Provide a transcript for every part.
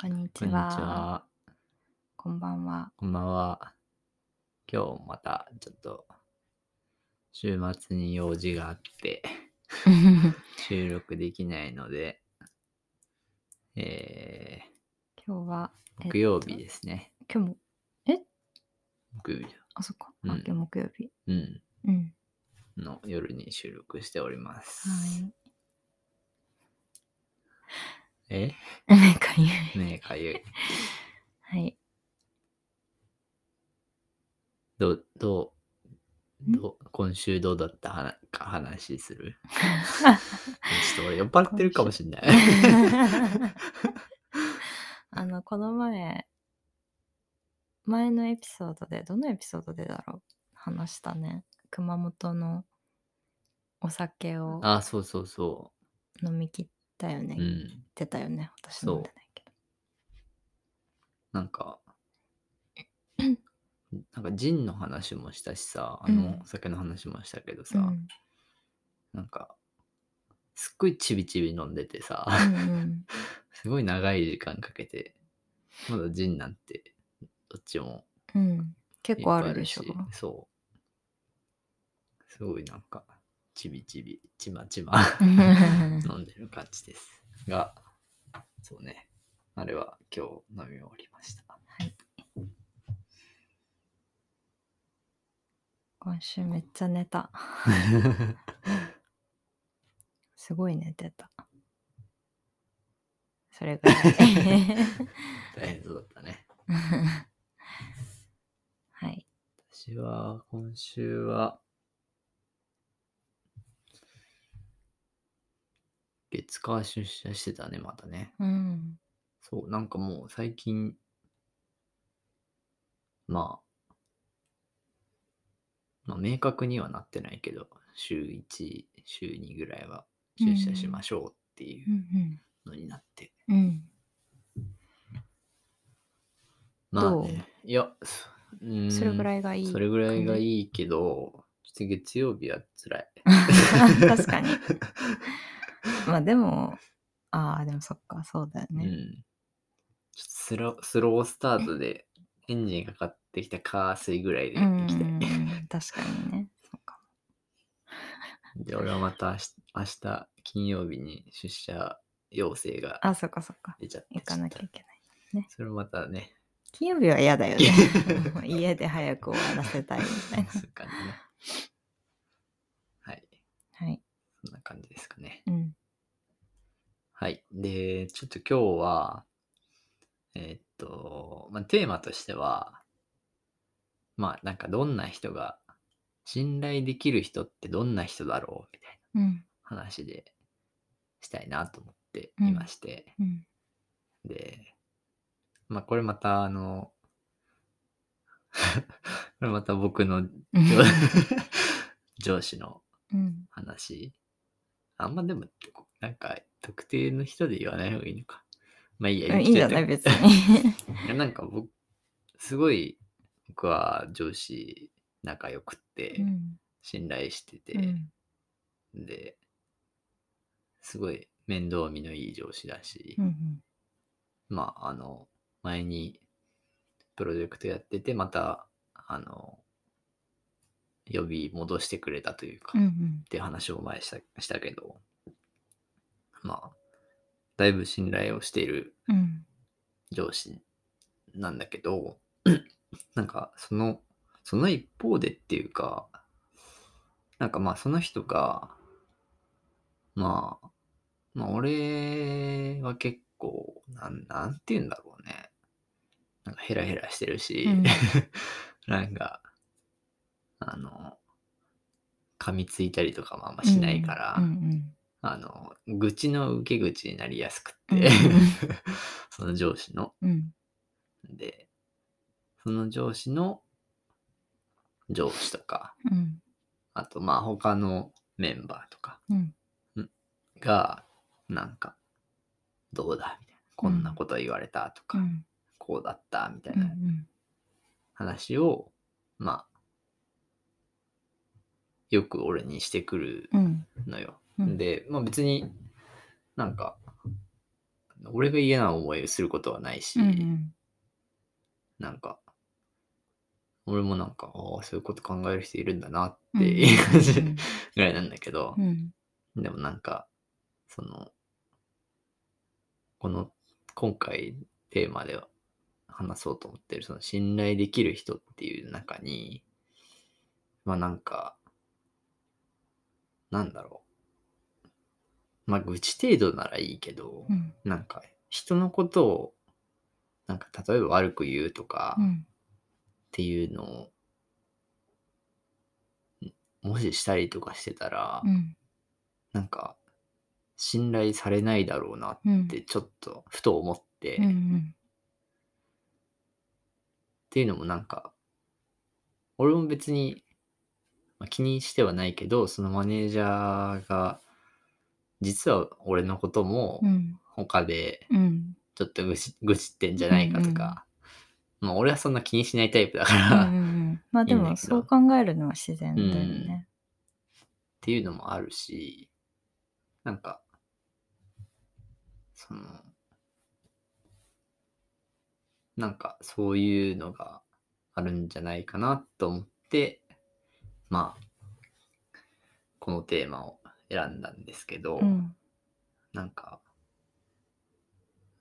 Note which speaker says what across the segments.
Speaker 1: こんに
Speaker 2: こ
Speaker 1: ち
Speaker 2: んにち
Speaker 1: は。
Speaker 2: は。
Speaker 1: こんば んは。
Speaker 2: こんばんは。今日またちょっと週末に用事があって
Speaker 1: 今
Speaker 2: 収録できないので、え
Speaker 1: 日は、え
Speaker 2: ー、
Speaker 1: っと
Speaker 2: 木曜日ですね。
Speaker 1: 今日も、
Speaker 2: 木曜日。
Speaker 1: あ、そっか。
Speaker 2: うん
Speaker 1: あ、今日木曜日。
Speaker 2: うん。
Speaker 1: うん。
Speaker 2: の夜に収録しております。
Speaker 1: はい。
Speaker 2: え
Speaker 1: なんか言う。
Speaker 2: ねえ、かゆい。
Speaker 1: はい。
Speaker 2: どう、どう、
Speaker 1: ん
Speaker 2: どう今週どうだったはなか話す るちょっと俺酔っ払ってるかもしんない。
Speaker 1: あの、この前、前のエピソードで、どのエピソードでだろう話したね。熊本のお酒を
Speaker 2: あ、そうそうそ
Speaker 1: 飲み切ったよね。
Speaker 2: う。うん。
Speaker 1: 出たよね。私
Speaker 2: そう
Speaker 1: 飲んでないけど。
Speaker 2: なん か、なんかジンの話もしたしさ、あの
Speaker 1: うん
Speaker 2: お酒の話もしたけどさ、
Speaker 1: うん
Speaker 2: なんか、すっごいちびちび飲んでてさ、
Speaker 1: うんうん
Speaker 2: すごい長い時間かけて、まだジンなんて、どっちも
Speaker 1: うん、結構あるでしょ
Speaker 2: いっ。ぱいあるしそう。すごいなんか、ちびちび、ちまち ま 飲んでる感じです。が、そうね。あれは今日飲み終わりました。
Speaker 1: 今週めっちゃ寝た。すごい寝てた。それぐらい。
Speaker 2: 大変そうだったね。
Speaker 1: はい。
Speaker 2: 私は、今週は、月火出社してたね、またね。
Speaker 1: うん。
Speaker 2: そう、なんかもう最近、まあ、まあ明確にはなってないけど、週1、週2ぐらいは出社しましょうっていううんのになって。
Speaker 1: うん。うん。
Speaker 2: まあ
Speaker 1: どう
Speaker 2: ね、いや、すうーん
Speaker 1: それぐらいがいい。
Speaker 2: それぐらいがいいけど、ちょっと月曜日は辛い。
Speaker 1: 確かに。まあでも、ああ、でもそっか、そうだよ
Speaker 2: う
Speaker 1: ね。
Speaker 2: ん。ちょっとスロースロースタートでエンジンかかってきたカー水ぐらいで
Speaker 1: うんうん
Speaker 2: 行きたい。
Speaker 1: うん確かにね。そうか
Speaker 2: で、俺はまた明日明日金曜日に出社要請が
Speaker 1: あ、そっかそっか。
Speaker 2: 出ちゃって
Speaker 1: 行かなきゃ
Speaker 2: ちょ
Speaker 1: い
Speaker 2: っ
Speaker 1: けない。
Speaker 2: とそれまたね、
Speaker 1: 金曜日は嫌だよ ね。もう家で早く終わらせたいみたい な。
Speaker 2: そういう感じね。はい、
Speaker 1: はい。
Speaker 2: そんな感じですかね。
Speaker 1: うん。
Speaker 2: はい。で、ちょっと今日は、えーっと、まあ、テーマとしては、まあ、なんかどんな人が、信頼できる人ってどんな人だろうみたい
Speaker 1: うん。
Speaker 2: な話でしたいなと思って
Speaker 1: うん
Speaker 2: いまして、
Speaker 1: うん。
Speaker 2: で、まあ、これまた、あの、 これまた僕の
Speaker 1: うん
Speaker 2: 上上司の
Speaker 1: うん。
Speaker 2: 話。あんまでも、こなんか、特定の人で言わない方がいいのか。まあいいや、
Speaker 1: いいんじゃない別
Speaker 2: に
Speaker 1: に。。
Speaker 2: いやなんか僕、すごい、僕は上司仲良くって、
Speaker 1: うん
Speaker 2: 信頼してて、
Speaker 1: うん
Speaker 2: で、すごい面倒見のいい上司だし、
Speaker 1: うん
Speaker 2: まあ、あの、前にプロジェクトやってて、また、あの、呼び戻してくれたというか、
Speaker 1: うんう
Speaker 2: っ
Speaker 1: ん
Speaker 2: ていう話を前したしたけど、まあ、だいぶ信頼をしている
Speaker 1: うん
Speaker 2: 上司なんだけど、 なんか、その、その一方でっていうか、なんかまあ、その人が、まあ、まあ、俺は結構、なん、なんて言うんだろうね。なんかヘラヘラしてるし、
Speaker 1: うん
Speaker 2: なんか、あの、噛みついたりとかもあんましないから、
Speaker 1: うん
Speaker 2: あの、愚痴の受け口になりやすくて、
Speaker 1: うんうん
Speaker 2: その上司の。
Speaker 1: うんうん
Speaker 2: で、その上司の上司とか、
Speaker 1: うん
Speaker 2: あとまあ他のメンバーとか
Speaker 1: うん
Speaker 2: が、なんか、どうだみたいな。こんなこと言われたとか、
Speaker 1: うん
Speaker 2: こうだったみたい
Speaker 1: うんう
Speaker 2: なん話を、まあ、よく俺にしてくる
Speaker 1: うん
Speaker 2: のよ。
Speaker 1: うん
Speaker 2: で、まあ別になんか、俺が嫌な思いをすることはないし、
Speaker 1: うんうん
Speaker 2: なんか、俺もなんか、ああ、そういうこと考える人いるんだなっ
Speaker 1: うん
Speaker 2: ていう感じ
Speaker 1: うん
Speaker 2: ぐらいなんだけど
Speaker 1: う、ん
Speaker 2: でもなんか、その、この、今回テーマでは話そうと思ってる、その信頼できる人っていう中に、まあなんか、なんだろう。まあ愚痴程度ならいいけど、
Speaker 1: うん
Speaker 2: なんか人のことを、なんか例えば悪く言うとか、
Speaker 1: うん
Speaker 2: っていうのを、んもししたりとかしてたら、
Speaker 1: うん
Speaker 2: なんか、信頼されないだろうなっ
Speaker 1: うん
Speaker 2: て、ちょっと、ふと思って、
Speaker 1: うんう
Speaker 2: っ
Speaker 1: ん
Speaker 2: ていうのもなんか、俺も別に、まあ気にしてはないけど、そのマネージャーが、実は俺のことも
Speaker 1: う、ん
Speaker 2: 他で、
Speaker 1: うん
Speaker 2: ちょっと愚痴愚痴ってんじゃないかとか、まあ俺はそんな気にしないタイプだか
Speaker 1: う
Speaker 2: ら、
Speaker 1: んう
Speaker 2: っ
Speaker 1: んまあで
Speaker 2: いいん
Speaker 1: も
Speaker 2: だけど
Speaker 1: そう考えるのは自然だよね。
Speaker 2: ていうのもあるし、なんか、その、なんかそういうのがあるんじゃないかなと思って、まあ、このテーマを選んだんですけど、
Speaker 1: うん
Speaker 2: なんか、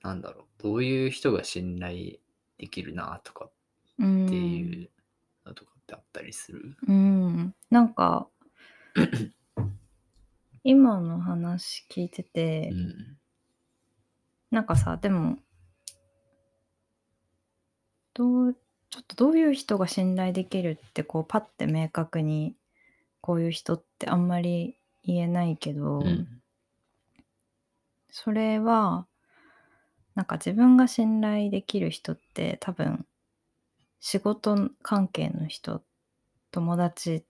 Speaker 2: なんだろう、どういう人が信頼できるなとか
Speaker 1: うん
Speaker 2: っていうのとかってあったりする、
Speaker 1: うん、なんか今の話聞いてて、
Speaker 2: うん、
Speaker 1: なんかさでもどうちょっとどういう人が信頼できるってこうパッて明確にこういう人ってあんまり言えないけど、
Speaker 2: うん
Speaker 1: それはなんか自分が信頼できる人って多分仕事関係の人友達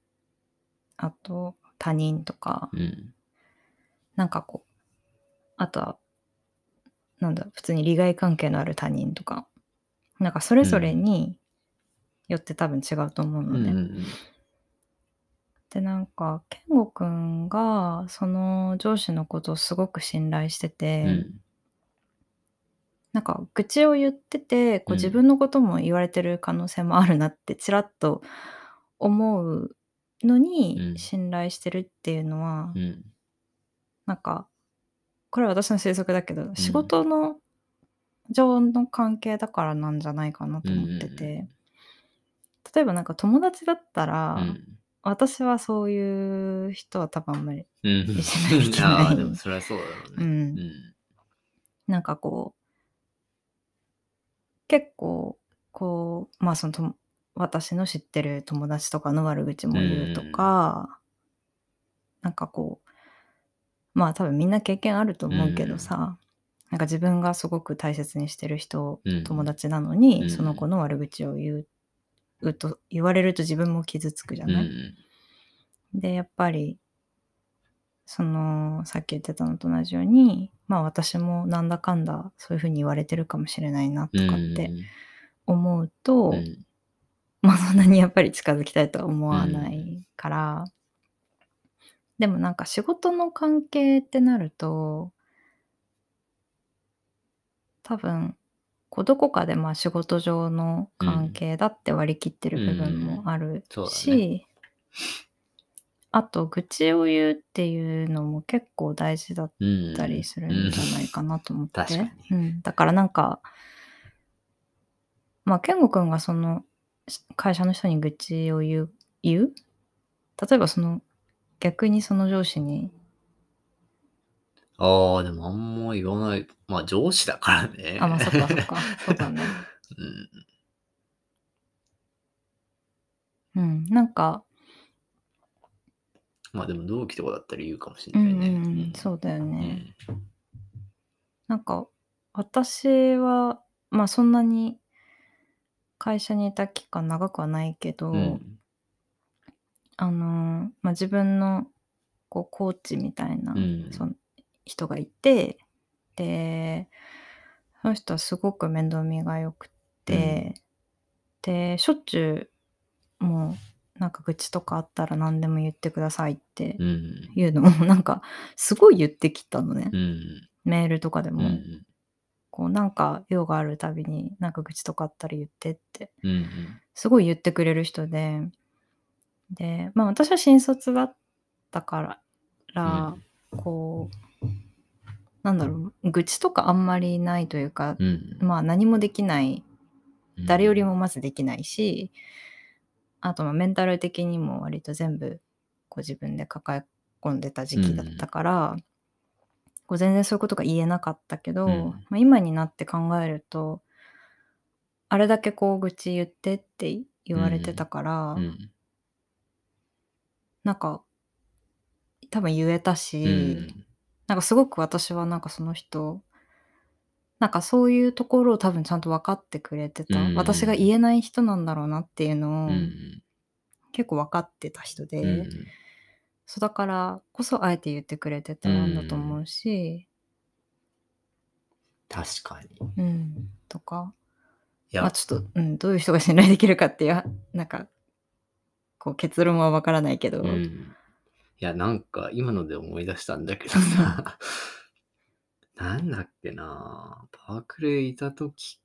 Speaker 1: あと他人とか
Speaker 2: うん
Speaker 1: なんかこうあとはなんだ普通に利害関係のある他人とかなんかそれぞれによって多分違うと思うの
Speaker 2: う
Speaker 1: で、
Speaker 2: んうん
Speaker 1: でなんか健吾くんがその上司のことをすごく信頼してて。
Speaker 2: うん
Speaker 1: なんか愚痴を言ってて
Speaker 2: う
Speaker 1: こうん自分のことも言われてる可能性もあるなってちらっと思うの
Speaker 2: う
Speaker 1: に
Speaker 2: ん
Speaker 1: 信頼してるっていうのは、
Speaker 2: うん
Speaker 1: なんかこれは私の推測だけど仕事の上の関係だからなんじゃないかなと思ってて、
Speaker 2: うんうんう
Speaker 1: 例えばなんか友達だったら、
Speaker 2: うん
Speaker 1: 私はそういう人は多分あんまり、
Speaker 2: うん
Speaker 1: 一緒にいけない
Speaker 2: ああでもそれはそうだろう
Speaker 1: う
Speaker 2: ね。
Speaker 1: ん、なんかこう、結構、こう、まあそのとも、私の知ってる友達とかの悪口も言うとか、なんかこう、まあ多分みんな経験あると思うけどさ、なんか自分がすごく大切にしてる人、
Speaker 2: うん
Speaker 1: 友
Speaker 2: 達
Speaker 1: 達なの
Speaker 2: う
Speaker 1: に、
Speaker 2: ん
Speaker 1: その子の悪口を言ううと、言われると自分も傷つくじゃ
Speaker 2: うん
Speaker 1: ない、でやっぱりそのさっき言ってたのと同じようにまあ私もなんだかんだそういうふうに言われてるかもしれないなと
Speaker 2: うん
Speaker 1: かって思う
Speaker 2: う
Speaker 1: と、
Speaker 2: んうん
Speaker 1: まあそんなにやっぱり近づきたいとは思わないから、でもなんか仕事の関係ってなると多分こうどこかでまあ仕事上の関係だって割り切ってる部分もある
Speaker 2: うんうん
Speaker 1: し、
Speaker 2: そうだ
Speaker 1: あと愚痴を言うっていうのも結構大事だっ
Speaker 2: うん
Speaker 1: たりするんじゃないかなと思って、
Speaker 2: うんうん確か
Speaker 1: うんだからなんかまあ健吾くんがそのし会社の人に愚痴を言う言う例えばその逆にその上司に
Speaker 2: ああ、でもあんま言わない。まあ上司だからね。
Speaker 1: あまあそっかそっかそうだね
Speaker 2: うん。
Speaker 1: うんなんか
Speaker 2: まあでも同期とかだったら言うかもし
Speaker 1: う
Speaker 2: れ
Speaker 1: ん
Speaker 2: な
Speaker 1: う
Speaker 2: い
Speaker 1: ん
Speaker 2: ね。
Speaker 1: うんそうだよ
Speaker 2: う
Speaker 1: ね、
Speaker 2: ん
Speaker 1: なんか私はまあそんなに会社にいた期間長くはないけど、
Speaker 2: うん
Speaker 1: あのーまあ、自分のこうコーチみたいな、
Speaker 2: うん
Speaker 1: その人がいてでその人はすごく面倒見がよくて、でしょっちゅうもうなんか愚痴とかあったら何でも言ってくださいって
Speaker 2: うん
Speaker 1: いうのをなんかすごい言ってきたのね、
Speaker 2: うん
Speaker 1: メールとかで
Speaker 2: う
Speaker 1: も、
Speaker 2: ん
Speaker 1: こうなんか用があるたびになんか愚痴とかあったら言ってって
Speaker 2: うんうん
Speaker 1: すごい言ってくれる人ででまあ私は新卒だったから
Speaker 2: うん
Speaker 1: こうなんだろう愚痴とかあんまりないというか、
Speaker 2: うん
Speaker 1: まあ何もできない誰より
Speaker 2: も
Speaker 1: もまずできないし、あとまあメンタル的にも割と全部こう自分で抱え込んでた時期だったから、こう全然そういうことが言えなかったけど、
Speaker 2: うん
Speaker 1: まあ、今になって考えるとあれだけこう愚痴言ってって言われてたから、
Speaker 2: うん
Speaker 1: なんか多分言えたし、
Speaker 2: うん
Speaker 1: なんかすごく私はなんかその人なんかそういうところを多分ちゃんと分かってくれてた、
Speaker 2: うん
Speaker 1: 私が言えない人なんだろうなっていうのを
Speaker 2: うん
Speaker 1: 結構分かってた人で、
Speaker 2: うん
Speaker 1: そうだからこそあえて言ってくれてたんだと思うし、
Speaker 2: 確かにい
Speaker 1: うんとか、
Speaker 2: や、
Speaker 1: まあ、ちょっと、うん、どういう人が信頼できるかっていうなんかこう結論は分からないけど、
Speaker 2: うん、いや、なんか今ので思い出したんだけど さ、なんだっけなパークレイいた時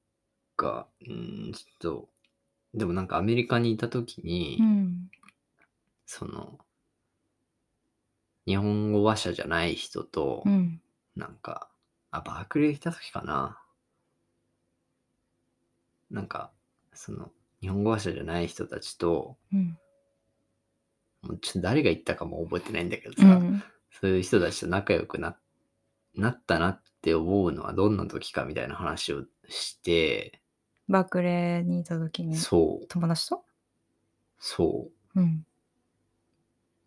Speaker 2: か、うん、ちょっと、でもなんかアメリカにいた時に、
Speaker 1: うん
Speaker 2: その、日本語話者じゃない人と、
Speaker 1: うん
Speaker 2: なんか、あ、バークレーいた時かな。なんか、その、日本語話者じゃない人たちと、
Speaker 1: うん
Speaker 2: もうちょっと誰が言ったかも覚えてないんだけど
Speaker 1: う
Speaker 2: さ、
Speaker 1: ん
Speaker 2: そういう人たちと仲良くななったなって思うのはどんな時かみたいな話をして、
Speaker 1: バークレーにいた時に
Speaker 2: そう、
Speaker 1: 友達と、
Speaker 2: そう。
Speaker 1: うん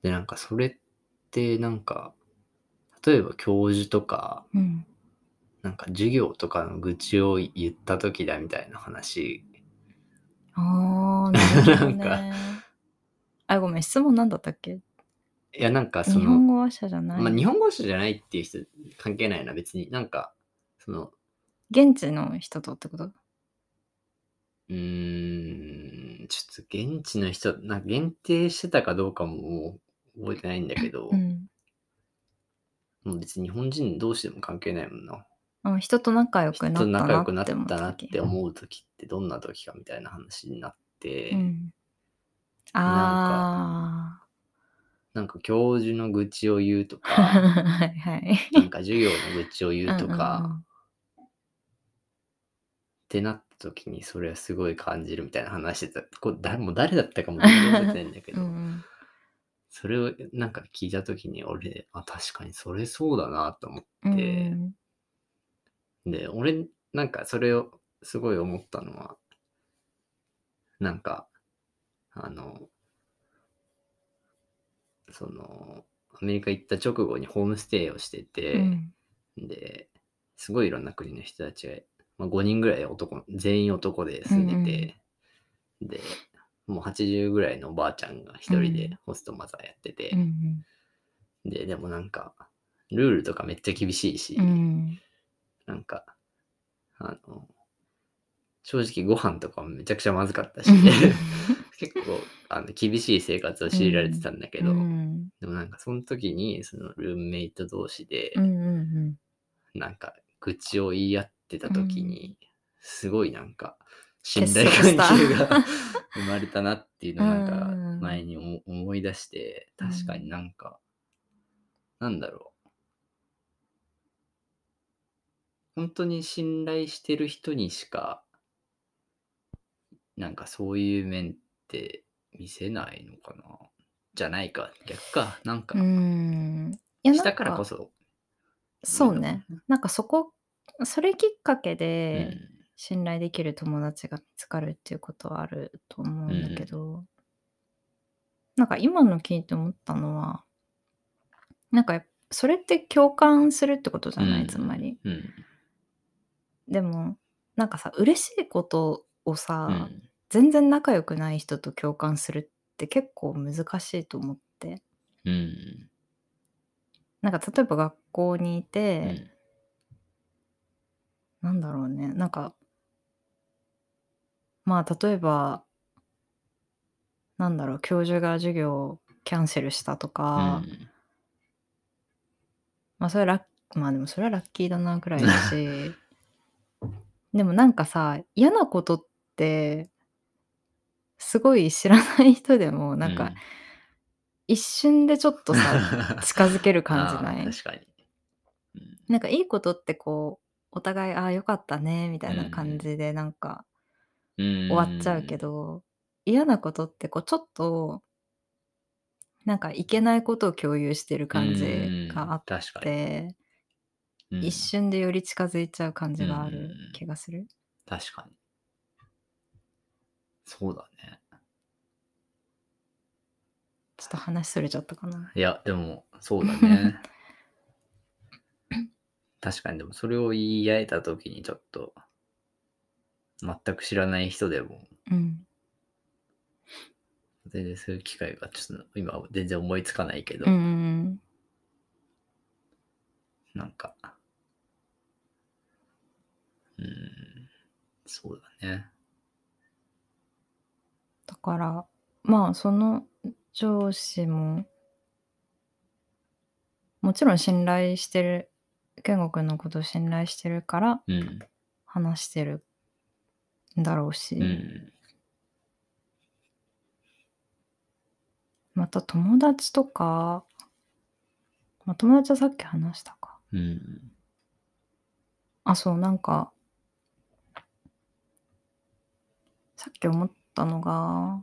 Speaker 2: で、なんかそれって、なんか、例えば教授とか、
Speaker 1: うん
Speaker 2: なんか授業とかの愚痴を言った時だみたいな話
Speaker 1: ああ、なるほど
Speaker 2: な
Speaker 1: ね。あ、ごめん、質問なんだったっけ
Speaker 2: いやなんかそ
Speaker 1: 日本
Speaker 2: の
Speaker 1: 語話者じゃない、
Speaker 2: まあ、日本語者じゃないっていう人関係ないな別になんかその
Speaker 1: 現地の人とってこと
Speaker 2: うーんちょっと現地の人なんか限定してたかどうかももう覚えてないんだけど、
Speaker 1: うん。
Speaker 2: もう別に日本人同士でも関係ないもんな
Speaker 1: あ人と仲良く
Speaker 2: 人
Speaker 1: なった
Speaker 2: と仲良
Speaker 1: なって
Speaker 2: く
Speaker 1: 思
Speaker 2: な
Speaker 1: っ
Speaker 2: った
Speaker 1: た
Speaker 2: なっ
Speaker 1: 時
Speaker 2: て思う時ってどんな時かみたいな話になって、
Speaker 1: うん、
Speaker 2: な
Speaker 1: あ
Speaker 2: なんか教授の愚痴を言うと
Speaker 1: あ。
Speaker 2: か
Speaker 1: はいはい。
Speaker 2: なんか授業の愚痴を言うとか、
Speaker 1: うんうんうん
Speaker 2: ってなった時にそれはすごい感じるみたいな話してたこう誰もう誰だったかも全然覚えてないんだけ
Speaker 1: う
Speaker 2: ど、
Speaker 1: んうん
Speaker 2: それをなんか聞いた時に俺あ確かにそれそうだなと思
Speaker 1: う
Speaker 2: っ
Speaker 1: ん
Speaker 2: て、で俺なんかそれをすごい思ったのはなんかあのそのアメリカ行った直後にホームステイをしてて、
Speaker 1: うん
Speaker 2: ですごいいろんな国の人たちが、まあ、5人ぐらい男全員男で住んでて、でもう80ぐらいのおばあちゃんが一人
Speaker 1: うん
Speaker 2: でホストマザーやってて
Speaker 1: う、ん
Speaker 2: ででもなんかルールとかめっちゃ厳しいし、
Speaker 1: うん
Speaker 2: なんかあの正直ご飯とかもめちゃくちゃまずかったし、
Speaker 1: うん
Speaker 2: 結構あの厳しい生活を強いられてたんだけど、
Speaker 1: うん
Speaker 2: でもなんかその時にそのルームメイト同士で、
Speaker 1: うんうん
Speaker 2: なんか愚痴を言い合ってた時に、すごいなんか信
Speaker 1: 結
Speaker 2: 頼
Speaker 1: 束
Speaker 2: 関
Speaker 1: した
Speaker 2: 係が 生まれたなっていうのを
Speaker 1: う
Speaker 2: なんか
Speaker 1: ん
Speaker 2: 前に思思い出して
Speaker 1: うん
Speaker 2: 確かになんか、なんだろう本当に信頼してる人にしかなんかそういう面って見せないのかなじゃないか逆かなんか、
Speaker 1: うんいやなん
Speaker 2: したからこそ
Speaker 1: そうねなんかそこそれきっかけ
Speaker 2: う
Speaker 1: で、
Speaker 2: ん
Speaker 1: 信頼できる友達が見つかるっていうことはあると思うんだけど、なんか今の聞いて思ったのはなんかやっぱそれって共感するってことじゃない、
Speaker 2: うん
Speaker 1: つまり
Speaker 2: うん
Speaker 1: でもなんかさ嬉しいことをさ、
Speaker 2: うん
Speaker 1: 全然仲良くない人と共感するって結構難しいと思って
Speaker 2: うん
Speaker 1: なんか例えば学校にいて、
Speaker 2: うん
Speaker 1: なんだろうね、なんか、まあ、例えば、なんだろう、教授が授業をキャンセルしたとか、 まあ、それはラッ、まあでもそれはラッキーだな、くらいだし、でもなんかさ嫌なことってすごい知らない人でもなんか、一瞬でちょっ とさ近づける感じな
Speaker 2: あー
Speaker 1: い
Speaker 2: 確かに。うん
Speaker 1: なんかいいことってこうお互いああよかったねみたい
Speaker 2: うんう
Speaker 1: なん感じでなんか
Speaker 2: 終
Speaker 1: 終わっちゃうけ。ど、嫌なことってこうちょっとなんかいけないことを共有してる感じがあっ
Speaker 2: うん確かに。
Speaker 1: て、
Speaker 2: うん
Speaker 1: 一瞬でより近づいちゃう感じがあ
Speaker 2: うんう
Speaker 1: る
Speaker 2: んうん
Speaker 1: 気がする。
Speaker 2: 確かに。そうだね。
Speaker 1: ちょっと話それちゃったかな。
Speaker 2: いや、でも、そうだ ね。確かに、でもそれを言い合えたときにちょっと、全く知らない人でも、
Speaker 1: うん。
Speaker 2: 全然そういう機会がちょっと今は全然思いつかないけど、
Speaker 1: うんうん
Speaker 2: なんか、うん、そうだね。
Speaker 1: だからまあその上司ももちろん信頼してる健吾君のことを信頼してるから
Speaker 2: うん、
Speaker 1: 話してるんだろうし、
Speaker 2: うん、
Speaker 1: また友達とか、まあ、友達はさっき話したか
Speaker 2: うん、
Speaker 1: あそうなんかさっき思ったのが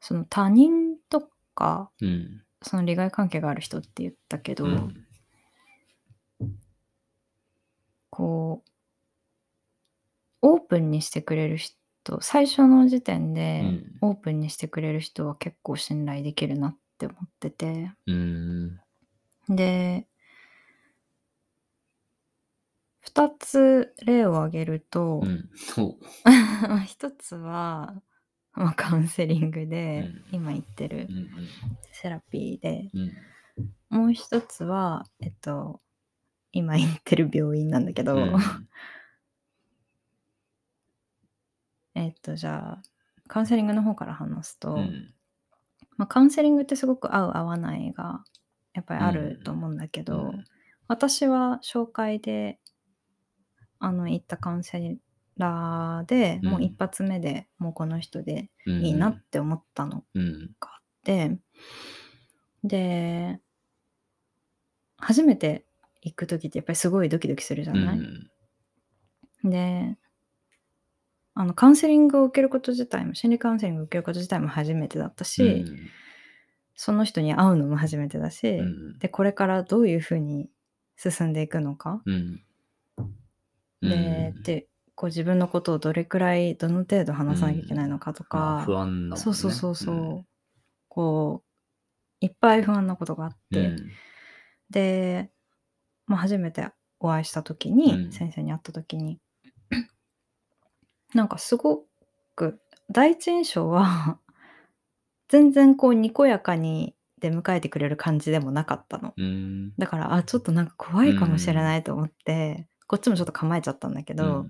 Speaker 1: その他人とか
Speaker 2: うん、
Speaker 1: その利害関係がある人って言ったけど、
Speaker 2: うん、
Speaker 1: こうオープンにしてくれる人最初の時点で
Speaker 2: うん
Speaker 1: オープンにしてくれる人は結構信頼できるなって思ってて
Speaker 2: うん、
Speaker 1: で2つ例を挙げると、
Speaker 2: うん、そう。
Speaker 1: まあ一つは、まあ、カウンセリングで、
Speaker 2: うん
Speaker 1: 今言ってる
Speaker 2: うん、
Speaker 1: セラピーで
Speaker 2: うん、
Speaker 1: もう一つはえっと今言ってる病院なんだけど、
Speaker 2: うん、
Speaker 1: えっとじゃあカウンセリングの方から話すと、
Speaker 2: うん、
Speaker 1: まあ、カウンセリングってすごく合う合わないがやっぱりある
Speaker 2: うん
Speaker 1: と思うんだけ
Speaker 2: う
Speaker 1: ど、
Speaker 2: ん
Speaker 1: 私は紹介であの行ったカウンセラーで、もう一発目でもうこの人でいいなって思ったの
Speaker 2: うん、
Speaker 1: があってで初めて行く時ってやっぱりすごいドキドキするじゃない、
Speaker 2: うん
Speaker 1: であのカウンセリングを受けること自体も心理カウンセリングを受けること自体も初めてだったし、その人に会うのも初めてだし、
Speaker 2: うんうん
Speaker 1: でこれからどういうふうに進んでいくのか、
Speaker 2: うん
Speaker 1: ででこう自分のことをどれくらいどの程度話さなきゃいけないのかと
Speaker 2: うんまあ
Speaker 1: か、
Speaker 2: 不安な
Speaker 1: そうそうそうそう、
Speaker 2: ん
Speaker 1: こういっぱい不安なことがあって、
Speaker 2: うん
Speaker 1: で、まあ、初めてお会いした時に、
Speaker 2: うん
Speaker 1: 先生に会った時になんかすごく第一印象は 全然こうにこやかに出迎えてくれる感じでもなかったの
Speaker 2: うん
Speaker 1: だからあちょっとなんか怖いかもしれないと思って、こっちもちょっと構えちゃったんだけど、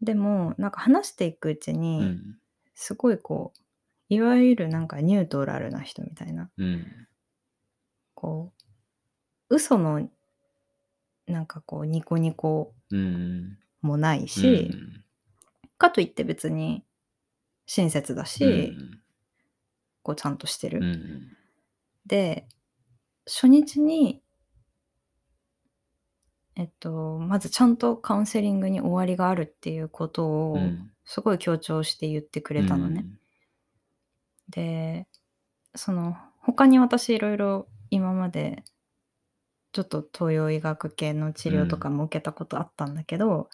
Speaker 1: でもなんか話していくうち
Speaker 2: う
Speaker 1: に、
Speaker 2: ん
Speaker 1: すごいこういわゆるなんかニュートラルな人みたいな
Speaker 2: うん
Speaker 1: こう嘘のなんかこうニコニコ
Speaker 2: うん
Speaker 1: もないし、かといって別に親切だし、こうちゃんとしてる。
Speaker 2: うんうん
Speaker 1: で初日にえっとまずちゃんとカウンセリングに終わりがあるっていうことを
Speaker 2: うん
Speaker 1: すごい強調して言ってくれたのね。でその他に私いろいろ今までちょっと東洋医学系の治療とかも受けたことあったんだけど、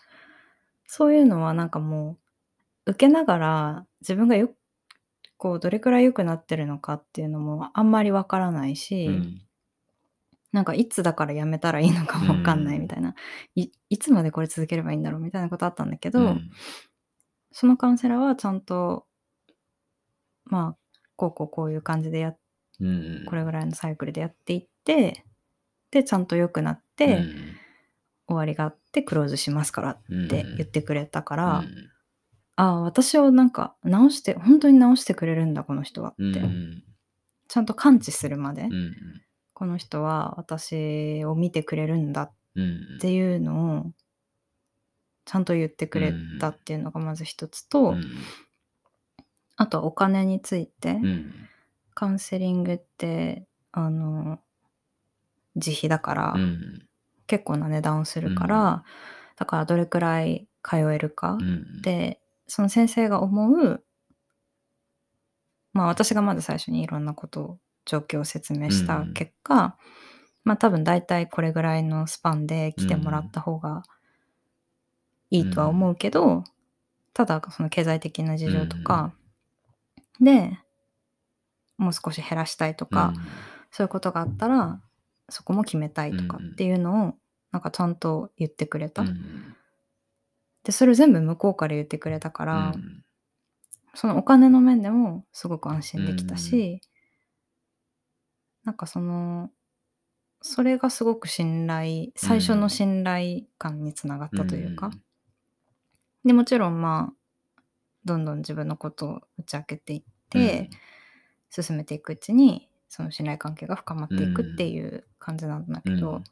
Speaker 1: そういうのはなんかもう受けながら自分がよこうどれくらい良くなってるのかっていうのもあんまりわからないし、
Speaker 2: うん
Speaker 1: なんかいつだからやめたらいいのかもわかんないみたいな、いいつまでこれ続ければいいんだろうみたいなことあったんだけど、
Speaker 2: うん
Speaker 1: そのカウンセラーはちゃんとまあこうこうこういう感じでやっ
Speaker 2: うん
Speaker 1: これぐらいのサイクルでやっていってでちゃんと良くなって、終わりがあってクローズしますから
Speaker 2: うん
Speaker 1: って言ってくれたか
Speaker 2: う
Speaker 1: ら、
Speaker 2: ん
Speaker 1: ああ私をなんか直して本当に直してくれるんだこの人はって、
Speaker 2: うん
Speaker 1: ちゃんと感知するまで、
Speaker 2: うん
Speaker 1: この人は私を見てくれるんだっ
Speaker 2: うん
Speaker 1: ていうのをちゃんと言ってくれたっていうのがまず一つと、あとはお金について、
Speaker 2: うん
Speaker 1: カウンセリングってあの自費だから、
Speaker 2: うん
Speaker 1: 結構な値段をするから、
Speaker 2: うん
Speaker 1: だからどれくらい通えるか、
Speaker 2: うん
Speaker 1: でその先生が思うまあ私がまず最初にいろんなことを状況を説明した結果、まあ多分大体これぐらいのスパンで来てもらった方がいいとは思うけど、ただその経済的な事情とか、でもう少し減らしたいとか、そういうことがあったらそこも決めたいとかっていうのをなんかちゃんと言ってくれた。
Speaker 2: うん
Speaker 1: でそれ全部向こうから言ってくれたから、
Speaker 2: うん
Speaker 1: そのお金の面でもすごく安心できたし、なんかそのそれがすごく信頼最初の信頼感につながったというか、でもちろんまあどんどん自分のことを打ち明けていって、進めていくうちにその信頼関係が深まっていくっていう感じなんだけど、
Speaker 2: うん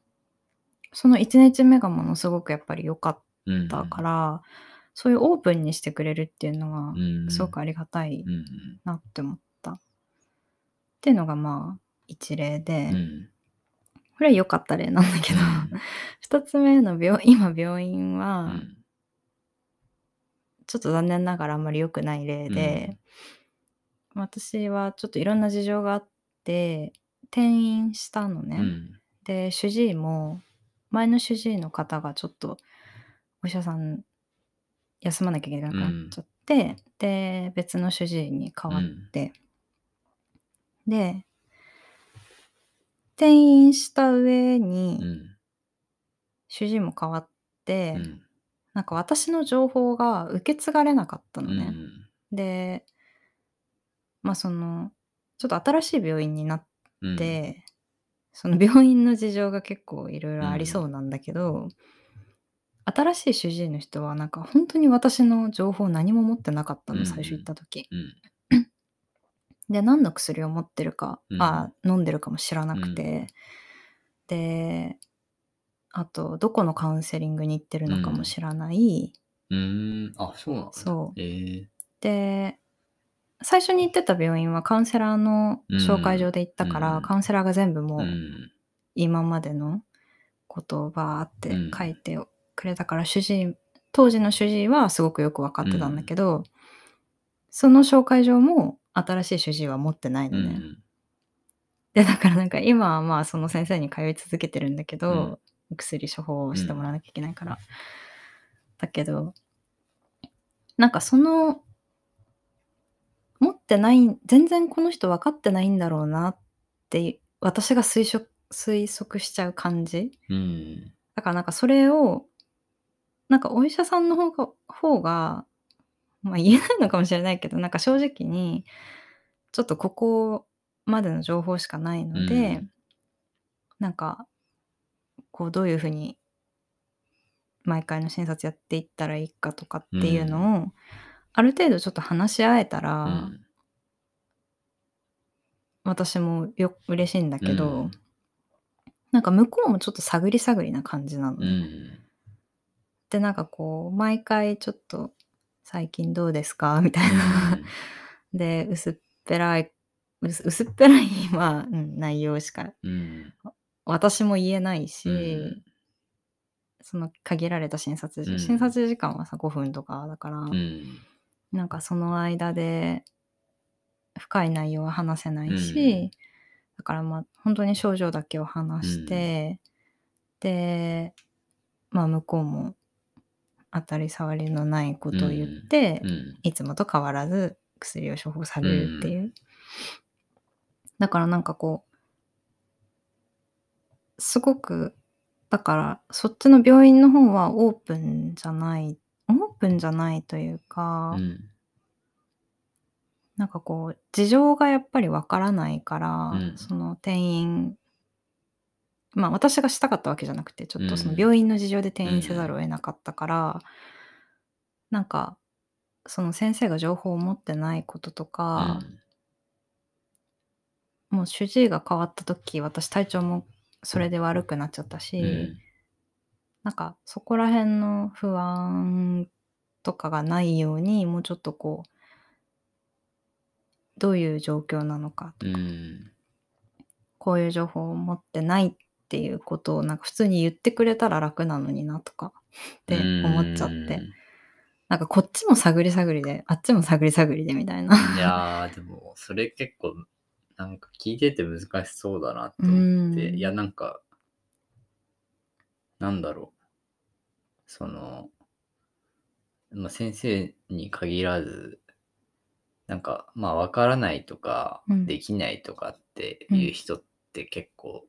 Speaker 1: その1日目がものすごくやっぱり良かっ
Speaker 2: うんうん
Speaker 1: たから、そういうオープンにしてくれるっていうのは
Speaker 2: うん
Speaker 1: すごくありがたい
Speaker 2: うん
Speaker 1: なって思った。っていうのがまあ一例で、
Speaker 2: うん
Speaker 1: これは良かった例なんだけど、2 つ目の病今病院
Speaker 2: う
Speaker 1: は
Speaker 2: ん
Speaker 1: ちょっと残念ながらあんまり良くない例で、私はちょっといろんな事情があって転院したのね。
Speaker 2: うん
Speaker 1: で主治医も前の主治医の方がちょっとお医者さん休まなきゃいけなくなっちゃって、で別の主治医に変わって、で転院した上に、
Speaker 2: うん
Speaker 1: 主治医も変わって、
Speaker 2: うん
Speaker 1: なんか私の情報が受け継がれなかったのね、でまあそのちょっと新しい病院になって
Speaker 2: うんうん
Speaker 1: でその病院の事情が結構いろいろありそうなんだけど、新しい主治医の人はなんか本当に私の情報何も持ってなかった
Speaker 2: うんう
Speaker 1: の
Speaker 2: ん
Speaker 1: 最初行った時、
Speaker 2: うん
Speaker 1: で何の薬を持ってるか、
Speaker 2: うん
Speaker 1: あ飲んでるかも知らなくて、であとどこのカウンセリングに行ってるのかも知らない、
Speaker 2: うーんあそうなんだ
Speaker 1: そう
Speaker 2: えー
Speaker 1: で最初に行ってた病院はカウンセラーの紹介状で行ったから、
Speaker 2: うん
Speaker 1: カウンセラーが全部もう、
Speaker 2: うん
Speaker 1: 今までのことをバーって書いてくれたから、主治医当時の主治医はすごくよく分かってたんだけど、その紹介状も新しい主治医は持ってないの
Speaker 2: う
Speaker 1: ね、
Speaker 2: ん
Speaker 1: でだからなんか今はまあその先生に通い続けてるんだけど、薬処方をしてもらわなきゃいけないから、だけどなんかその持ってない全然この人分かってないんだろうなって私が推測推測しちゃう感じ
Speaker 2: うん
Speaker 1: だからなんかそれをなんかお医者さんの方が方が、まあ、言えないのかもしれないけどなんか正直にちょっとここまでの情報しかないので、
Speaker 2: うん
Speaker 1: なんかこうどういうふうに毎回の診察やっていったらいいかとかっていうのを、ある程度ちょっと話し合えたら、
Speaker 2: うん
Speaker 1: 私もよ嬉しいんだけど、
Speaker 2: うん
Speaker 1: なんか向こうもちょっと探り探りな感じなのね。
Speaker 2: うん
Speaker 1: でなんかこう毎回ちょっと「最近どうですか?」みたい な。で薄っぺらい薄薄っぺらい、まあうん、内容しか
Speaker 2: うん
Speaker 1: 私も言えないし、
Speaker 2: うん
Speaker 1: その限られた診察時、
Speaker 2: うん
Speaker 1: 診察時間はさ5分とかだから、
Speaker 2: うん
Speaker 1: なんかその間で深い内容は話せないし、だからまあ本当に症状だけを話して、でまあ向こうも当たり障りのないことを言って、
Speaker 2: うん
Speaker 1: いつもと変わらず薬を処方されるっていう、だからなんかこうすごくだからそっちの病院の方はオープンじゃないオープンじゃないというか、
Speaker 2: うん
Speaker 1: なんかこう事情がやっぱりわからないから、
Speaker 2: うん
Speaker 1: その転院まあ私がしたかったわけじゃなくてちょっとその
Speaker 2: うん
Speaker 1: 病院の事情で転院せざるを得なかったから、なんかその先生が情報を持ってないこととか、もう主治医が変わった時私体調もそれで悪くなっちゃったし、
Speaker 2: うん
Speaker 1: なんかそこら辺の不安とかがないようにもうちょっとこうどういう状況なのかと
Speaker 2: う
Speaker 1: か、
Speaker 2: ん。
Speaker 1: こういう情報を持ってないっていうことをなんか普通に言ってくれたら楽なのになとかって思っちゃっ
Speaker 2: う
Speaker 1: て
Speaker 2: ん
Speaker 1: なんかこっちも探り探りであっちも探り探りでみた いな。
Speaker 2: いやー、でも、それ結構、なんか聞いてて難しそうだなって
Speaker 1: う
Speaker 2: 思
Speaker 1: ん
Speaker 2: って、いや、なんか、なんだろう。その、まあ、先生に限らず、なんか、まあ、わからないとか、
Speaker 1: うん
Speaker 2: できないとかっていう人って結構、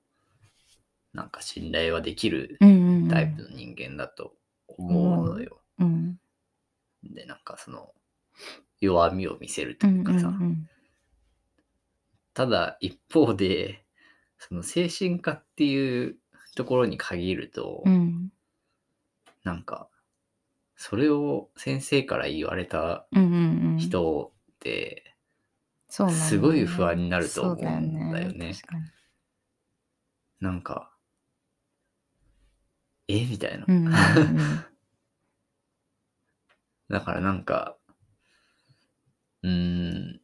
Speaker 2: なんか信頼はできる
Speaker 1: うんうんうん
Speaker 2: タイプの人間だと思うのよ。
Speaker 1: うん
Speaker 2: で、なんかその、弱みを見せると
Speaker 1: う
Speaker 2: いうん
Speaker 1: う
Speaker 2: かさ、
Speaker 1: ん
Speaker 2: ただ一方でその精神科っていうところに限ると、
Speaker 1: うんうん
Speaker 2: なんかそれを先生から言われた
Speaker 1: うんうんうん
Speaker 2: 人って、
Speaker 1: そうなんだよね
Speaker 2: すごい不安になると思うん
Speaker 1: そうだよね
Speaker 2: だよ ね
Speaker 1: 確かに
Speaker 2: なんかえみたいな、
Speaker 1: うんうんうんうん
Speaker 2: だからなんかうーん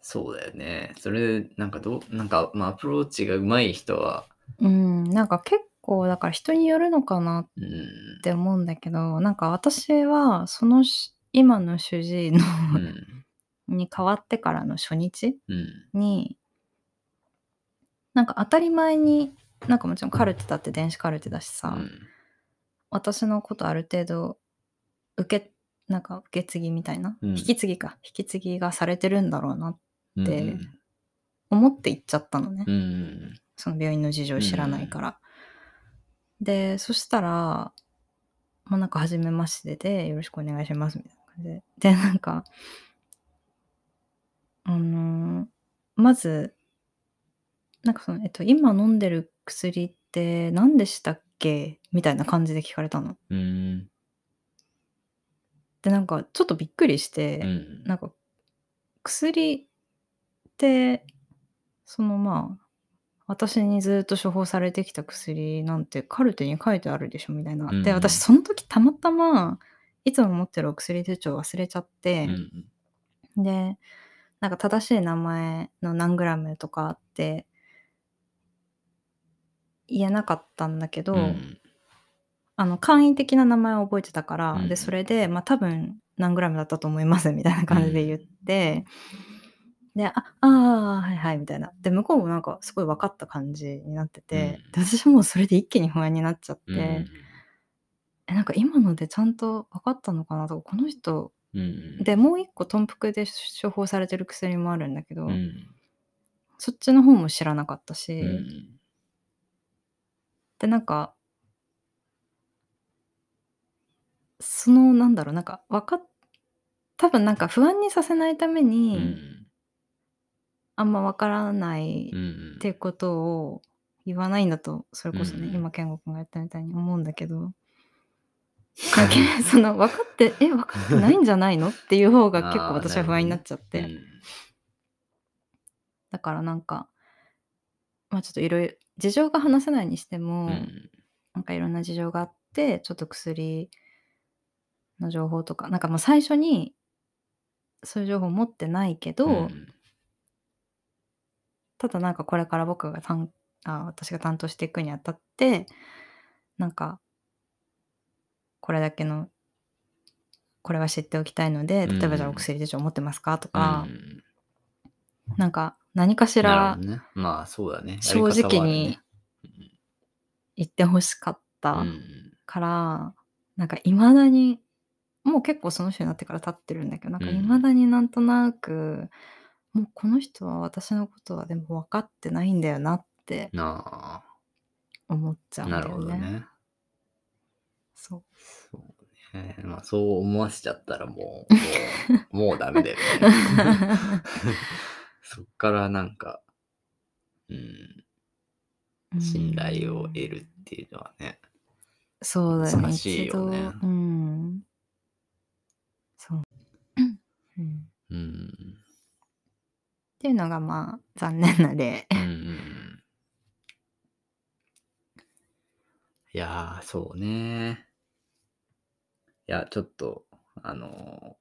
Speaker 2: そうだよねそれなんかどうなんかまあアプローチが上手い人は
Speaker 1: うん、なんか結構だから人によるのかなっ
Speaker 2: うん
Speaker 1: て思うんだけどなんか私はそのし今の主治医の
Speaker 2: うん
Speaker 1: に変わってからの初日
Speaker 2: うん
Speaker 1: になんか当たり前になんかもちろんカルテだって電子カルテだし
Speaker 2: う
Speaker 1: さ、
Speaker 2: ん
Speaker 1: 私のことある程度受けなんか受け継ぎみたいな、
Speaker 2: うん
Speaker 1: 引き継ぎか引き継ぎがされてるんだろうな
Speaker 2: うん
Speaker 1: で思って行っちゃったのね、
Speaker 2: うん
Speaker 1: その病院の事情を知らないから。で、そしたら、まあなんか、初めましてで、よろしくお願いします、みたいな感じで。で、なんか、あのーまず、なんかその、えっと、今飲んでる薬って何でしたっけみたいな感じで聞かれたの。
Speaker 2: うん
Speaker 1: で、なんか、ちょっとびっくりして、
Speaker 2: うん
Speaker 1: なんか薬ってそのまあ私にずっと処方されてきた薬なんてカルテに書いてあるでしょみたいな。
Speaker 2: うんう
Speaker 1: で
Speaker 2: ん
Speaker 1: 私その時たまたまいつも持ってるお薬手帳忘れちゃって、でなんか正しい名前の何グラムとかって言えなかったんだけど、
Speaker 2: うん
Speaker 1: あの簡易的な名前を覚えてたから、
Speaker 2: うんう
Speaker 1: で
Speaker 2: ん
Speaker 1: それで、まあ、多分何グラムだったと思いますみたいな感じで言って、でああーはいはいみたいなで向こうもなんかすごい分かった感じになってて、
Speaker 2: うん
Speaker 1: で私もうそれで一気に不安になっちゃって、
Speaker 2: うん
Speaker 1: えなんか今のでちゃんと分かったのかなとかこの人
Speaker 2: うん
Speaker 1: でもう一個頓服で処方されてる薬もあるんだけ
Speaker 2: う
Speaker 1: ど、
Speaker 2: ん
Speaker 1: そっちの方も知らなかったし、
Speaker 2: うん
Speaker 1: でなんかそのなんだろうなんかわかっ多分なんか不安にさせないため
Speaker 2: う
Speaker 1: に、
Speaker 2: ん
Speaker 1: あんまわからない
Speaker 2: うん
Speaker 1: っていうことを言わないんだとそれこそね、
Speaker 2: うん
Speaker 1: 今健吾君がやったみたいに思うんだけ ど。だけどその分かってえ分かってないんじゃないのっていう方が結構
Speaker 2: あー
Speaker 1: 私は不安になっちゃって、
Speaker 2: うん
Speaker 1: だからなんかまあちょっといろいろ事情が話せないにしても、
Speaker 2: うん
Speaker 1: なんかいろんな事情があってちょっと薬の情報とかなんかもう最初にそういう情報持ってないけど、
Speaker 2: うん
Speaker 1: ただなんかこれから僕がたんあ私が担当していくにあたってなんかこれだけのこれは知っておきたいので例えばじゃあ
Speaker 2: うん
Speaker 1: お薬手帳持ってますかと
Speaker 2: う
Speaker 1: か、
Speaker 2: ん
Speaker 1: なんか何か
Speaker 2: な
Speaker 1: しら
Speaker 2: るほどねまあそうだね
Speaker 1: 正直に言ってほしかっ
Speaker 2: やり方はあ
Speaker 1: た。
Speaker 2: るね
Speaker 1: からなんかいまだにもう結構その人になってから経ってるんだけどなんか
Speaker 2: うん
Speaker 1: いまだになんとなく、もうこの人は私のことはでも分かってないんだよなって
Speaker 2: うんな
Speaker 1: 思っち
Speaker 2: あ
Speaker 1: ゃうんだ
Speaker 2: なる
Speaker 1: よ
Speaker 2: ほど
Speaker 1: ね。
Speaker 2: ね
Speaker 1: そう
Speaker 2: そうねまあそう思わせちゃったらもうもう もうダメだよねそっからなんかうん信頼を得るっていうのはね
Speaker 1: そうだよね。
Speaker 2: 難しいよね
Speaker 1: 一度うん。 そう。うん、っ
Speaker 2: うん
Speaker 1: ていうのがまあ残念な例。
Speaker 2: うんうんうんいやー、そうね。いや、ちょっと、あの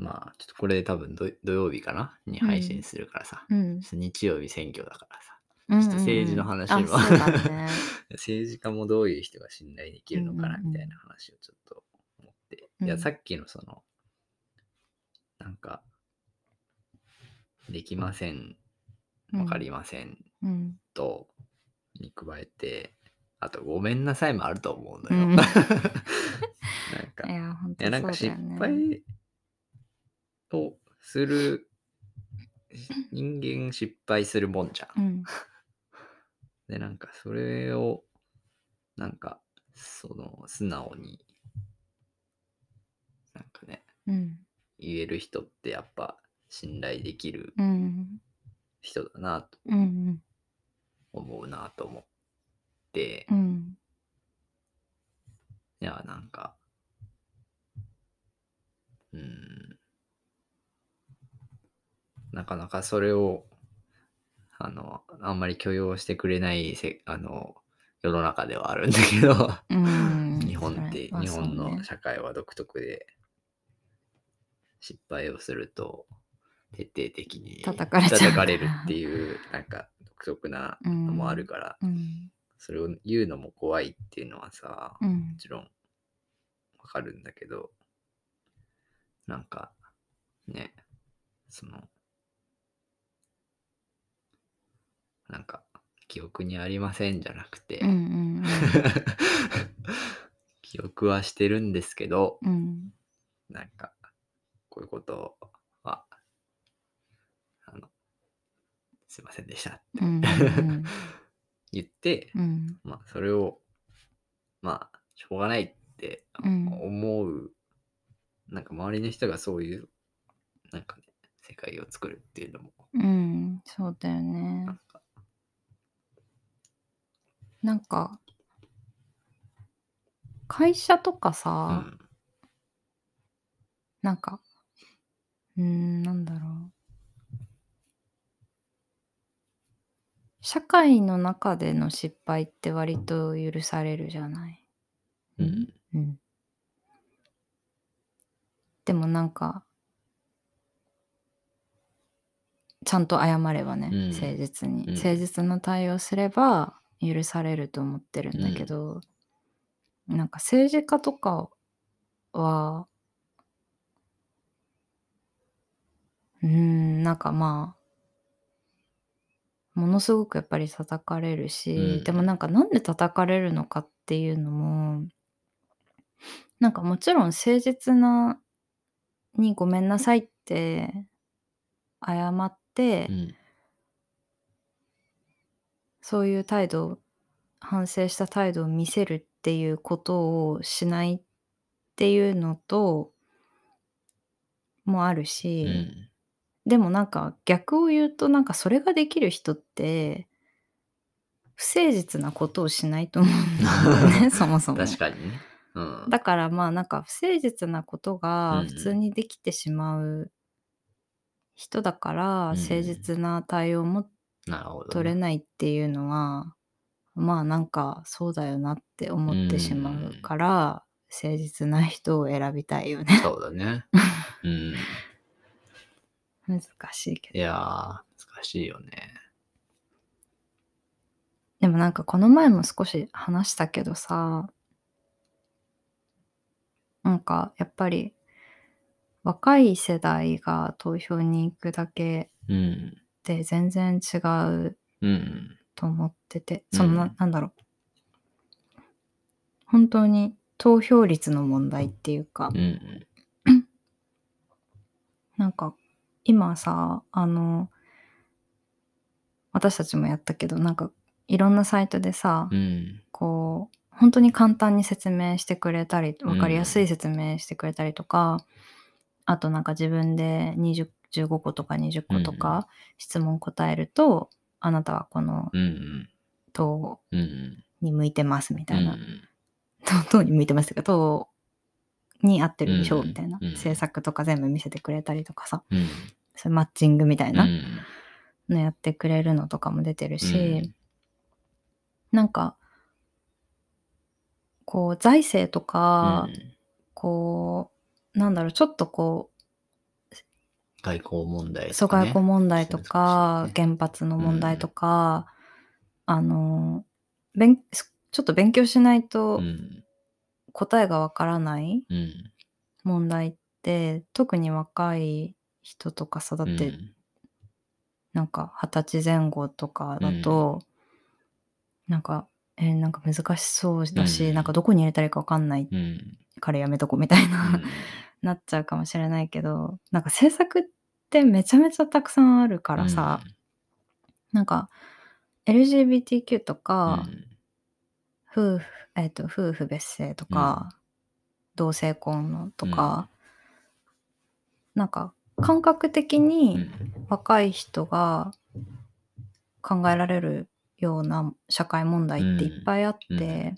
Speaker 2: ーまあ、ちょっとこれ多分土土曜日かなに配信するからさ。
Speaker 1: うん
Speaker 2: ちょっと日曜日選挙だからさ。
Speaker 1: うんうんうん
Speaker 2: ちょっと政治の話
Speaker 1: あ
Speaker 2: も
Speaker 1: そうだね
Speaker 2: 政治家もどういう人が信頼できるのかな
Speaker 1: うんうんうん
Speaker 2: みたいな話をちょっと思って、
Speaker 1: うん
Speaker 2: いやさっきのそのなんかできません
Speaker 1: うん
Speaker 2: わかりません
Speaker 1: うん
Speaker 2: と、に加えてあとごめんなさいもあると思うの
Speaker 1: う
Speaker 2: よ、
Speaker 1: ん
Speaker 2: なんか
Speaker 1: いや本
Speaker 2: い
Speaker 1: 当
Speaker 2: や
Speaker 1: そう
Speaker 2: な
Speaker 1: だよ
Speaker 2: んか
Speaker 1: ね
Speaker 2: 失敗をする人間失敗するもんじゃん
Speaker 1: うん
Speaker 2: で、なんかそれを、なんか、その、素直に、なんかね、
Speaker 1: うん
Speaker 2: 言える人ってやっぱ信頼できる
Speaker 1: うん
Speaker 2: 人だなと
Speaker 1: うん
Speaker 2: 思うなと思って、
Speaker 1: うん
Speaker 2: いや、なんか、うん、なかなかそれを、あの、あんまり許容してくれないせ、あの、世の中ではあるんだけど、
Speaker 1: うん
Speaker 2: 日本って、
Speaker 1: それは
Speaker 2: 日本
Speaker 1: そうね
Speaker 2: の社会は独特で、失敗をすると、徹底的に
Speaker 1: 叩かれちゃう
Speaker 2: 叩かれるっていう、なんか独特な
Speaker 1: うん
Speaker 2: のもあるから、
Speaker 1: うん
Speaker 2: それを言うのも怖いっていうのはさ、
Speaker 1: う
Speaker 2: も
Speaker 1: ん
Speaker 2: ちろんわかるんだけど、なんか、ね、その、なんか、記憶にありませんじゃなくて、
Speaker 1: うんうん
Speaker 2: 記憶はしてるんですけど、
Speaker 1: うんうん
Speaker 2: なんか、こういうことは、あの、すいませんでした。
Speaker 1: うんうん
Speaker 2: 言って、
Speaker 1: うん
Speaker 2: まあ、それを、まあ、しょうがないって
Speaker 1: うん
Speaker 2: 思う、なんか周りの人がそういう、なんかね、世界を作るっていうのも、
Speaker 1: うんそうだよね
Speaker 2: なんか、
Speaker 1: なんか会社とか
Speaker 2: う
Speaker 1: さ、
Speaker 2: ん、
Speaker 1: なんか、うーん、なんだろう。社会の中での失敗って割と許されるじゃない。
Speaker 2: うん、
Speaker 1: うん。でもなんか、ちゃんと謝ればね、
Speaker 2: うん
Speaker 1: 誠実に、
Speaker 2: うん
Speaker 1: 誠実な対応すれば許されると思ってるんだけど、なんか政治家とかは、うーん、なんかまあ、ものすごくやっぱり叩かれるし、
Speaker 2: うん
Speaker 1: でもなんかなんで叩かれるのかっていうのも、なんかもちろん誠実なにごめんなさいって謝って、
Speaker 2: うん、
Speaker 1: そういう態度を反省した態度を見せるっていうことをしないっていうのともあるし、
Speaker 2: うん、
Speaker 1: でもなんか逆を言うとなんかそれができる人って不誠実なことをしないと思うんだよ ねそもそも。
Speaker 2: 確かにね。うん、
Speaker 1: だからまあなんか不誠実なこと
Speaker 2: う
Speaker 1: が
Speaker 2: ん
Speaker 1: 普通にできてしまう人だから
Speaker 2: うん
Speaker 1: 誠実な対応も
Speaker 2: なるほど、
Speaker 1: 取れ
Speaker 2: ね。
Speaker 1: ないっていうのは、まあなんかそうだよなって思ってしまうから、誠実な人を選びたいよね
Speaker 2: そうだね。うん。
Speaker 1: 難しいけ
Speaker 2: い
Speaker 1: ど
Speaker 2: やー、難しいよね。
Speaker 1: でもなんかこの前も少し話したけどさなんかやっぱり若い世代が投票に行くだけ
Speaker 2: うん。
Speaker 1: で全然違う
Speaker 2: うん。
Speaker 1: と思っててそのな,、
Speaker 2: うん
Speaker 1: ん、なんだろう本当に投票率の問題っていうか、
Speaker 2: うん。
Speaker 1: なんか今さあの私たちもやったけどなんかいろんなサイトでさ、
Speaker 2: うん。
Speaker 1: こう本当に簡単に説明してくれたり
Speaker 2: ん
Speaker 1: 分かりやすい説明してくれたりとか、あとなんか自分で20 15個とか20個と
Speaker 2: うんう
Speaker 1: か質問答えると、あなたはこの
Speaker 2: うん。
Speaker 1: 党
Speaker 2: うん。
Speaker 1: に向いてますみ
Speaker 2: う
Speaker 1: たいな、
Speaker 2: ん。
Speaker 1: 党に向いてますというか党に合ってるでしょうみたいな、
Speaker 2: うんうん
Speaker 1: 政策とか全部見せてくれたりとかさ
Speaker 2: うん。
Speaker 1: そういうマッチングみたいな、
Speaker 2: うん
Speaker 1: のやってくれるのとかも出てるし、なんかこう財政とか、
Speaker 2: うん
Speaker 1: こうなんだろうちょっとこ
Speaker 2: 外交問題
Speaker 1: う
Speaker 2: と
Speaker 1: 疎
Speaker 2: か
Speaker 1: 外
Speaker 2: ね
Speaker 1: 交問題とか、
Speaker 2: そういう
Speaker 1: 原発の問題とか、あの勉ちょっと勉強しないと
Speaker 2: ことねうん
Speaker 1: 答えがわからない
Speaker 2: うん
Speaker 1: 問題って、特に若い人とかさだって、
Speaker 2: うん
Speaker 1: なんか二十歳前後とかだと、なんかえーなんか難しそうだし、
Speaker 2: うん
Speaker 1: なんかどこに入れたらいいかわかんない
Speaker 2: うん
Speaker 1: からやめとこうみたいな、なっちゃうかもしれないけどなんか制作ってめちゃめちゃたくさんあるからさ、なんか LGBTQ とか、夫婦えー、と夫婦別姓とか、同性婚のとか、なんか感覚的
Speaker 2: うんう
Speaker 1: に
Speaker 2: ん
Speaker 1: 若い人が考えられるような社会問題っていっぱいあって、
Speaker 2: うんう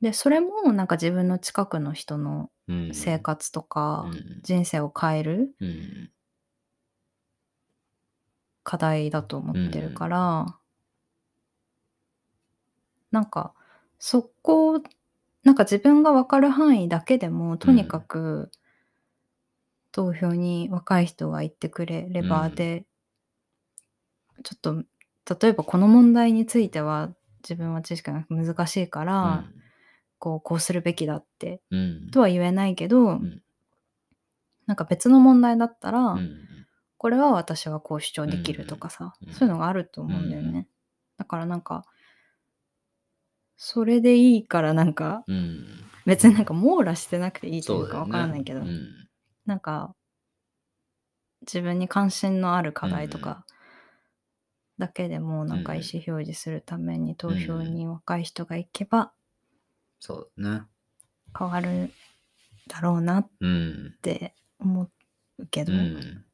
Speaker 1: でそれもなんか自分の近くの人の
Speaker 2: うん
Speaker 1: 生活とか
Speaker 2: うん
Speaker 1: 人生を変える
Speaker 2: うん
Speaker 1: 課題だと思ってるから、なんかそこをなんか自分が分かる範囲だけでもとにかく投票に若い人が行ってくれれば
Speaker 2: うん
Speaker 1: で、ちょっと例えばこの問題については自分は知識がなく難しいから、こうこうするべきだって
Speaker 2: うんうん
Speaker 1: とは言えないけど、
Speaker 2: ん
Speaker 1: なんか別の問題だったら、
Speaker 2: うん
Speaker 1: これは私はこう主張できるとかさ、
Speaker 2: うん
Speaker 1: そういうのがあると思うんだよね、
Speaker 2: うん
Speaker 1: だからなんかそれでいいからなんか
Speaker 2: うん
Speaker 1: 別になんか網羅してなくていいと
Speaker 2: そ
Speaker 1: い
Speaker 2: ううだ
Speaker 1: か
Speaker 2: よ
Speaker 1: わ
Speaker 2: ね
Speaker 1: からないけど、
Speaker 2: うん
Speaker 1: なんか自分に関心のある課題とかだけでもなんか意思表示するために投票に若い人が行けば
Speaker 2: そうだね
Speaker 1: 変わるだろうなっ
Speaker 2: うん
Speaker 1: て思うけ
Speaker 2: う
Speaker 1: ど、
Speaker 2: ん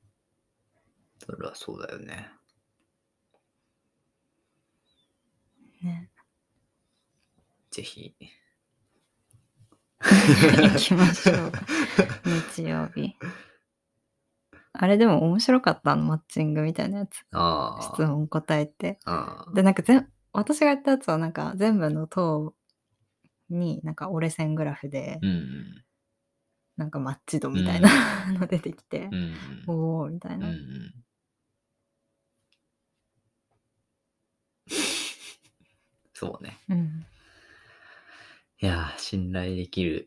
Speaker 2: それはそうだよね
Speaker 1: ね
Speaker 2: ぜ ひ
Speaker 1: 行きましょ う。日曜日。あれでも面白かったあのマッチングみたいなやつ。
Speaker 2: ああ
Speaker 1: 質問答えて。
Speaker 2: ああ
Speaker 1: で、なんか全、私がやったやつはなんか全部の塔になんか折れ線グラフで
Speaker 2: う、ん
Speaker 1: なんかマッチ度みたいな の出てきて
Speaker 2: う、んうん
Speaker 1: おおみたい
Speaker 2: うんう
Speaker 1: な。
Speaker 2: んそうね
Speaker 1: うん。
Speaker 2: いやー信頼できる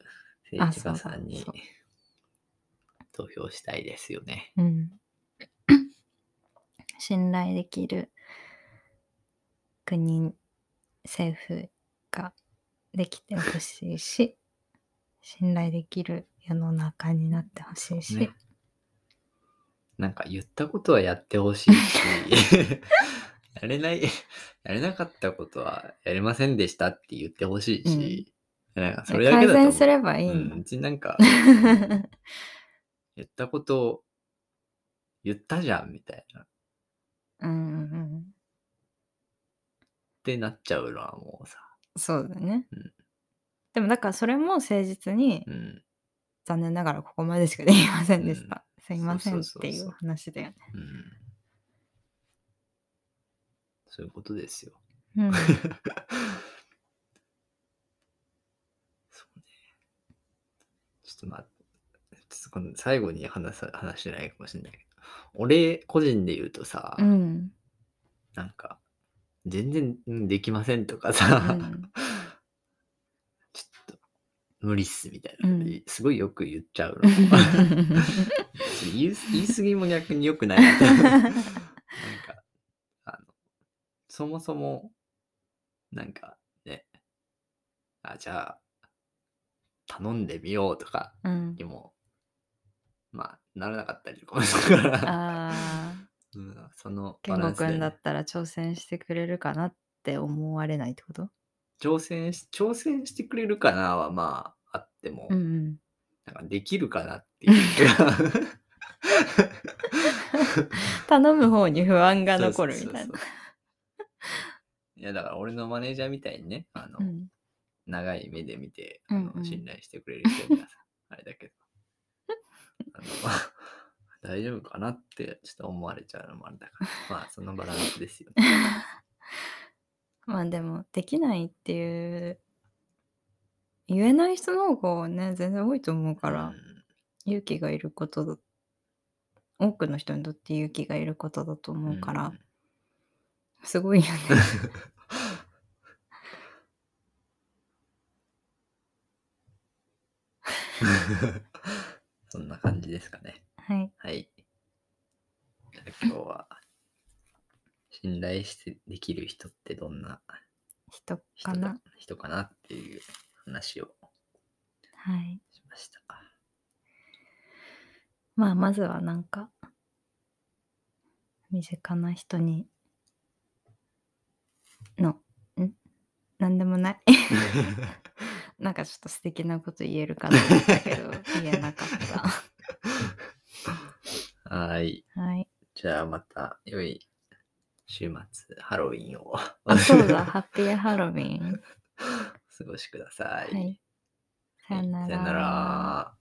Speaker 1: あ
Speaker 2: 政治家さんに
Speaker 1: そうだ
Speaker 2: 投票したいですよね
Speaker 1: うん。 信頼できる国、政府ができてほし いし、信頼できる世の中になってほしいし、
Speaker 2: ねなんか言ったことはやってほしいし やれないやれなかったことはやれませんでしたって言ってほしいし、なんかそれだけ
Speaker 1: 改
Speaker 2: だと思う
Speaker 1: 善すればいい
Speaker 2: うん、う
Speaker 1: の。
Speaker 2: ちなんか
Speaker 1: うん、
Speaker 2: 言ったことを言ったじゃんみたいなっ
Speaker 1: うんうん
Speaker 2: てなっちゃうのはもうさ、
Speaker 1: そうだね。
Speaker 2: うん
Speaker 1: でもだからそれも誠実に、
Speaker 2: うん、
Speaker 1: 残念ながらここまでしかできませんでした。すいませんっ
Speaker 2: そうそう
Speaker 1: て
Speaker 2: そうそ
Speaker 1: い
Speaker 2: う
Speaker 1: う話だよね。
Speaker 2: うん。そういうことですよ。
Speaker 1: うん
Speaker 2: そうね。ちょっとまあ、ちょっとこの最後に話さ話してないかもしれないけど、俺個人で言うとさ、
Speaker 1: うん。
Speaker 2: なんか、全然うんできませんとかさ、
Speaker 1: うん
Speaker 2: ちょっと無理っすみたいな、
Speaker 1: うん
Speaker 2: すごいよく言っちゃ うの。言い言い過ぎも逆に良くないみたいな。なんか、あの、そもそも、なんかね、あ、じゃあ、頼んでみようとか
Speaker 1: うん
Speaker 2: にも、まあ、ならなかったりとかもするから、
Speaker 1: ああ、
Speaker 2: うん、その
Speaker 1: 健吾く
Speaker 2: で
Speaker 1: んだったら挑戦してくれるかなって思われないってこと
Speaker 2: 挑戦し、挑戦してくれるかなは、まあ、あっても、
Speaker 1: うん
Speaker 2: なんかできるかなっていう気が。
Speaker 1: うん。頼む方に不安 が残るみ
Speaker 2: そう
Speaker 1: たい
Speaker 2: そう
Speaker 1: な。
Speaker 2: そうそう。いやだから俺のマネージャーみたいにね、あの、
Speaker 1: うん
Speaker 2: 長い目で見て、あ
Speaker 1: うん
Speaker 2: の
Speaker 1: うん
Speaker 2: 信頼してくれる人にはさ、 あれだけど、あの 大丈夫かなってちょっと思われちゃうのもあれだから、 まあそのバランスですよね。
Speaker 1: まあでも、できないっていう言えない人の方がね、全然多いと思うから、
Speaker 2: うん
Speaker 1: 勇気がいることだ、多くの人にとって勇気がいることだと思うから、
Speaker 2: ん
Speaker 1: すごいよね。
Speaker 2: そんな 感じですかね。
Speaker 1: はい。
Speaker 2: はい。じゃあ今日は、信頼してできる人ってどんな
Speaker 1: 人
Speaker 2: 人
Speaker 1: か
Speaker 2: だ
Speaker 1: な。
Speaker 2: 人かなっていう話を
Speaker 1: はい。
Speaker 2: しました。
Speaker 1: まあ、まずはなんか、身近な人に、の、んなんでもない。 なんかちょっと素敵なこと言えるかと思った けど、言えなかっ
Speaker 2: はい。
Speaker 1: た。はい。
Speaker 2: じゃあまた良い週末、ハロウィンを
Speaker 1: あ、そうだ、ハッピーハロウィン。
Speaker 2: 過ごしくださ
Speaker 1: はい。さよな
Speaker 2: さよなら。